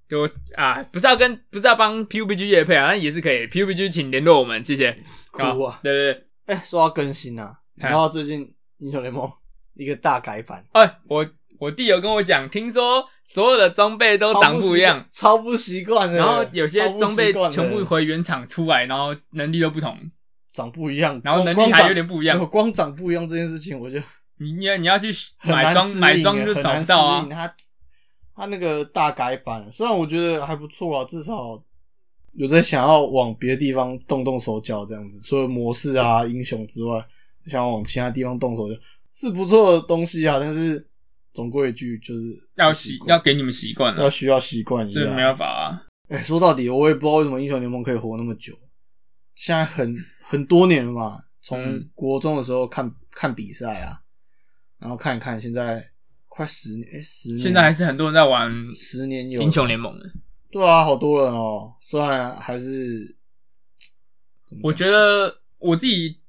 A: 就啊，不是要跟不是要帮 PUBG 业配啊，但也是可以。PUBG 请联络我们，谢谢。
B: 酷啊！
A: 对对对，
B: 哎，说到更新啊，
A: 哎
B: 然后最近英雄联盟 一个大改版，
A: 哎、我我弟有跟我讲，听说所有的装备都长不一样，
B: 超不习惯超不习惯的。
A: 然后有些装备
B: 超不习
A: 全
B: 惯的
A: 部回原厂出来，然后能力都不同，
B: 长不一样，
A: 然后能
B: 光
A: 力还有点不一
B: 光长
A: 样。
B: 光长不一样这件事情，我就
A: 你你要你要去
B: 很
A: 买
B: 难
A: 装
B: 适应欸
A: 买装就
B: 很
A: 找
B: 难
A: 不到
B: 适
A: 啊
B: 应。他他那个大改版，虽然我觉得还不错啊，至少有在想要往别的地方动动手脚这样子，除了模式啊、英雄之外，想往其他地方动手脚是不错的东西啊，但是总归一句就是
A: 要
B: 不
A: 习
B: 惯
A: 要给你们习惯
B: 要
A: 了，
B: 需要习惯一下
A: 这，没办法啊。
B: 哎、说到底，我也不知道为什么英雄联盟可以活那么久，现 在很很多年了嘛，从
A: 嗯
B: 国中的时候看看比赛啊，然后看一看，现在快十年，哎、十年，
A: 现在还是很多人在玩
B: 十年有了
A: 英雄联盟的，
B: 对啊，好多人哦，虽然还是
A: 我觉得我自己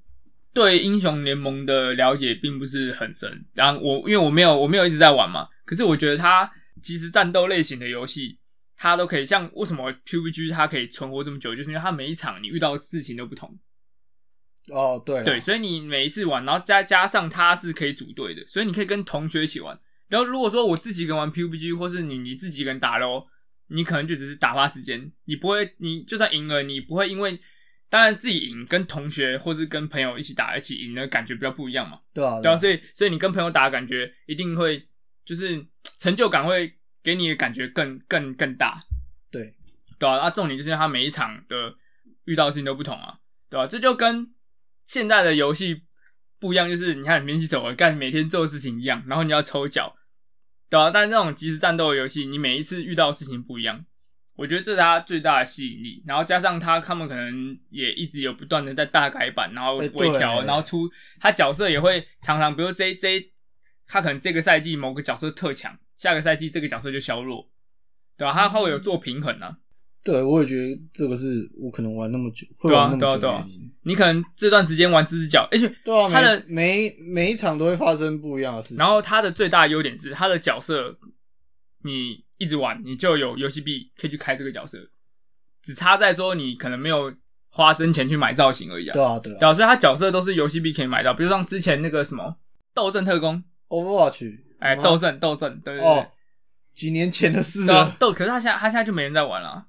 A: 对英雄联盟的了解并不是很深，然后我因为我没有我没有一直在玩嘛，可是我觉得它其实战斗类型的游戏，它都可以像为什么 PUBG 它可以存活这么久，就是因为它每一场你遇到的事情都不同，
B: 哦，对啦
A: 对，所以你每一次玩，然后再加上它是可以组队的，所以你可以跟同学一起玩。然后如果说我自己一个人玩 PUBG，或是你你自己一个人打咯，你可能就只是打发时间，你不会，你就算赢了，你不会因为当然自己赢跟同学或是跟朋友一起打一起赢的感觉比较不一样嘛。
B: 对啊，
A: 对啊，
B: 啊，
A: 所以所以你跟朋友打的感觉一定会就是成就感会给你的感觉更更更大，
B: 对
A: 对啊，那、重点就是因为他每一场的遇到的事情都不同啊，对吧、这就跟现在的游戏不一样，就是你看免洗手干每天做的事情一样，然后你要抽脚，对啊，但是那种即时战斗的游戏，你每一次遇到的事情不一样，我觉得这是它最大的吸引力。然后加上它，他们可能也一直有不断的在大改版，然后
B: 哎
A: 微调，
B: 对
A: 然后出他角色也会常常，比如这这他可能这个赛季某个角色特强，下个赛季这个角色就削弱，对吧、他他会有做平衡啊。
B: 对，我也觉得这个是我可能玩那么久，会
A: 对啊
B: 玩那么久
A: 对啊
B: 的
A: 对啊
B: 原因。
A: 你可能这段时间玩这只脚，而且
B: 对啊，
A: 他的
B: 每每每一场都会发生不一样的事情。
A: 然后它的最大的优点是它的角色，你一直玩，你就有游戏币可以去开这个角色，只差在说你可能没有花真钱去买造型而已啊。
B: 对啊，对啊
A: 导致它角色都是游戏币可以买到，比如像之前那个什么斗阵特工，
B: ，Overwatch，
A: 哎，
B: 嗯
A: 斗阵斗阵，对对对
B: 哦，，几年前的事
A: 对啊
B: 了，
A: 斗，可是它现在它现在就没人在玩了啊，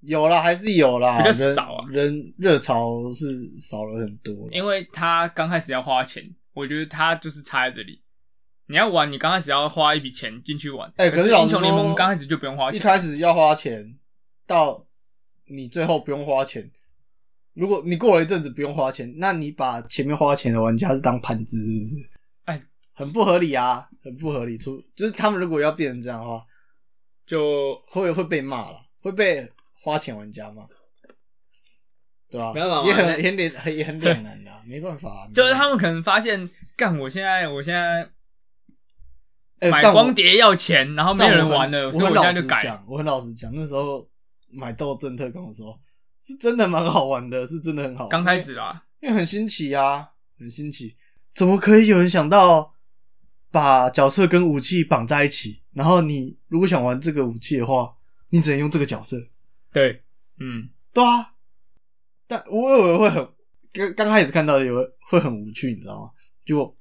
B: 有啦，还是有啦，
A: 比较少啊
B: 人人热潮是少了很多。
A: 因为它刚开始要花钱，我觉得它就是差在这里。你要玩，你刚开始要花一笔钱进去玩。
B: 哎
A: 可
B: 可是老实
A: 英雄联盟
B: 说
A: 刚开始就不用花
B: 一
A: 钱，
B: 开始要花钱，到你最后不用花钱。如果你过了一阵子不用花钱，那你把前面花钱的玩家是当盘子，是不是？
A: 哎，
B: 很不合理啊，很不合理。出就是他们如果要变成这样的话，
A: 就
B: 会会被骂了，会被花钱玩家骂，对吧、
A: 没办法嘛
B: 也
A: 那
B: 很也很也很两难的、啊，没办法、啊。
A: 就是他们可能发现，干，我现在我现在
B: 哎
A: 买
B: 但我
A: 光碟要钱，然后没
B: 但
A: 有
B: 我
A: 人
B: 很
A: 玩了，所以
B: 我
A: 我现
B: 很老
A: 在
B: 实
A: 就改。
B: 讲，我很老实讲，那时候买斗阵特工的时候，是真的蛮好玩的，是真的很好玩。
A: 刚开始啦，
B: 因为，因为很新奇啊，很新奇，怎么可以有人想到把角色跟武器绑在一起？然后你如果想玩这个武器的话，你只能用这个角色，
A: 对，嗯，
B: 对啊。但我以为会很刚刚开始看到有会很无趣，你知道吗？就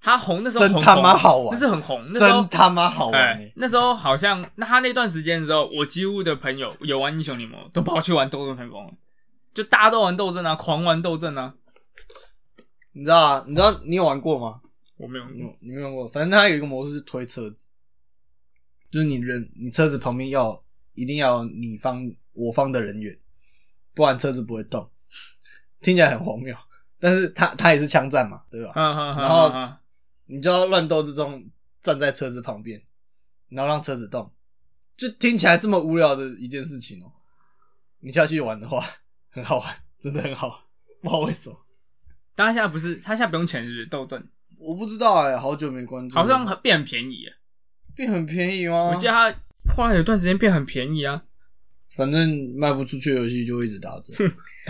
A: 他红那时候
B: 真
A: 红
B: 他妈
A: 红
B: 好玩
A: 那是很红，那时候
B: 真他妈好玩、欸
A: 哎，那时候好像那他那段时间的时候，我几乎的朋友有玩英雄联盟，都跑去玩斗阵成功了，就大家都玩斗阵啊，狂玩斗阵啊，
B: 你知道啊？你知道你有玩过吗？
A: 我没有玩
B: 你
A: 过，
B: 有你没用过？反正它有一个模式是推车子，就是你人你车子旁边要一定要有你方我方的人员，不然车子不会动。听起来很荒谬，但是它它也是枪战嘛，对吧？
A: 嗯嗯嗯，
B: 然后
A: 嗯嗯
B: 你就要乱斗之中站在车子旁边，然后让车子动，就听起来这么无聊的一件事情哦、你下去玩的话，很好玩，真的很好玩，不知道为什么。
A: 但他现在不是，他现在不用钱是不是斗阵，
B: 我不知道哎、好久没关注了，
A: 好像很变很便宜了，
B: 变很便宜吗？
A: 我记得他后来有段时间变很便宜啊。
B: 反正卖不出去的游戏就一直打折，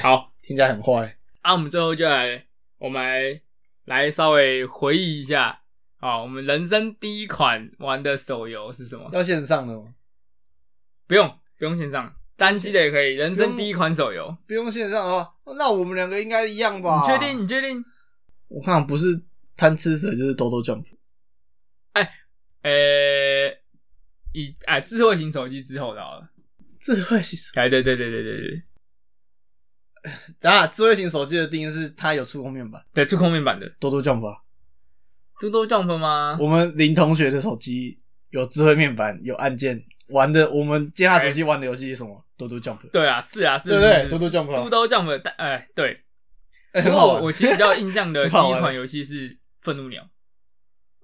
A: 好，
B: 听起来很坏。
A: 啊，我们最后就来，我们来来稍微回忆一下啊，我们人生第一款玩的手游是什么？
B: 要线上的吗？
A: 不用，不用线上，单机的也可以。人生第一款手游，
B: 不用线上的话，那我们两个应该一样吧？
A: 你确定？？你确定？
B: 我看不是贪吃蛇就是兜兜 jump。
A: 呃、以哎、智慧型手机之后的好了。
B: 智慧型手，
A: 哎，对对对对对对
B: 等下智慧型手机的定义是它有触控面板，
A: 对，触控面板的，
B: 兜兜 jump 吧。
A: 这都 jump 吗？
B: 我们林同学的手机有智慧面板，有按键，玩的我们接他手机玩的游戏是什么？兜兜 jump，
A: 对啊，是啊，是
B: 对不
A: 是
B: 对
A: 是
B: 嘟嘟 jump 啊
A: 嘟嘟 jump，但哎、对。
B: 哎
A: 不
B: 很好
A: 过
B: 玩。
A: 我其实比较印象的
B: 很
A: 第
B: 好玩
A: 一款游戏是《愤怒鸟》。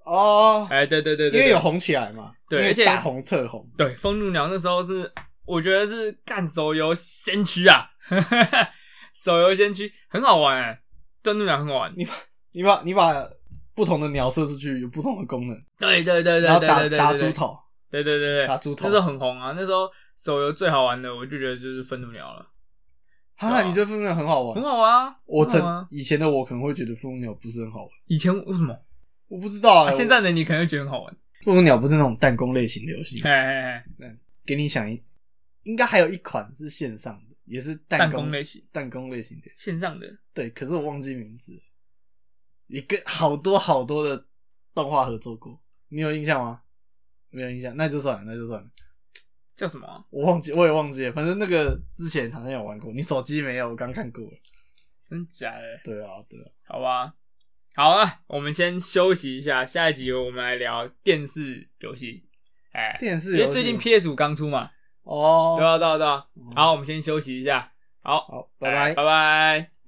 B: 哦，
A: 哎，对对对对对
B: 因为有红起来嘛，
A: 对
B: 因为
A: 而且
B: 大红特红。
A: 对，风怒鸟那时候是，我觉得是干手游先驱啊， 手游先驱很好玩哎、愤怒鸟很好玩，
B: 你把你把不同的鸟射出去，有不同的功能，
A: 对对对对
B: 然后
A: 对
B: 打
A: 对对
B: 打
A: 对
B: 猪
A: 对，
B: 头。
A: 对对对对，
B: 打猪头
A: 那时候很红啊，那时候手游最好玩的，我就觉得就是愤怒鸟了，
B: 哈，你觉得愤怒鸟很好玩？
A: 很好玩啊，
B: 我
A: 很
B: 曾
A: 好玩啊
B: 以前的我可能会觉得愤怒鸟不是很好玩，
A: 以前为什么、
B: 我不知道啊。
A: 啊
B: 我
A: 现在的你可能会觉得很好玩，
B: 愤怒鸟不是那种弹弓类型的游戏
A: 嘿，嘿嘿，
B: 给你想一，应该还有一款是线上的，也是弹
A: 弹
B: 弓
A: 弓类型
B: 弹弓类型的，
A: 线上的，
B: 对，可是我忘记名字了。也跟好多好多的动画合作过，你有印象吗？没有印象，那就算了，那就算了。
A: 叫什么啊、
B: 我忘记，我也忘记了。反正那个之前好像有玩过，你手机没有？我刚看过了。
A: 真假的？
B: 对啊，对啊。
A: 好吧，好了，我们先休息一下，下一集我们来聊电视游戏，哎、
B: 电视游戏
A: 因为最近 PS 五刚出嘛，
B: 哦，
A: 对啊，对啊，对啊
B: 嗯。
A: 好，我们先休息一下。好，哎
B: 好，拜拜。
A: 拜拜。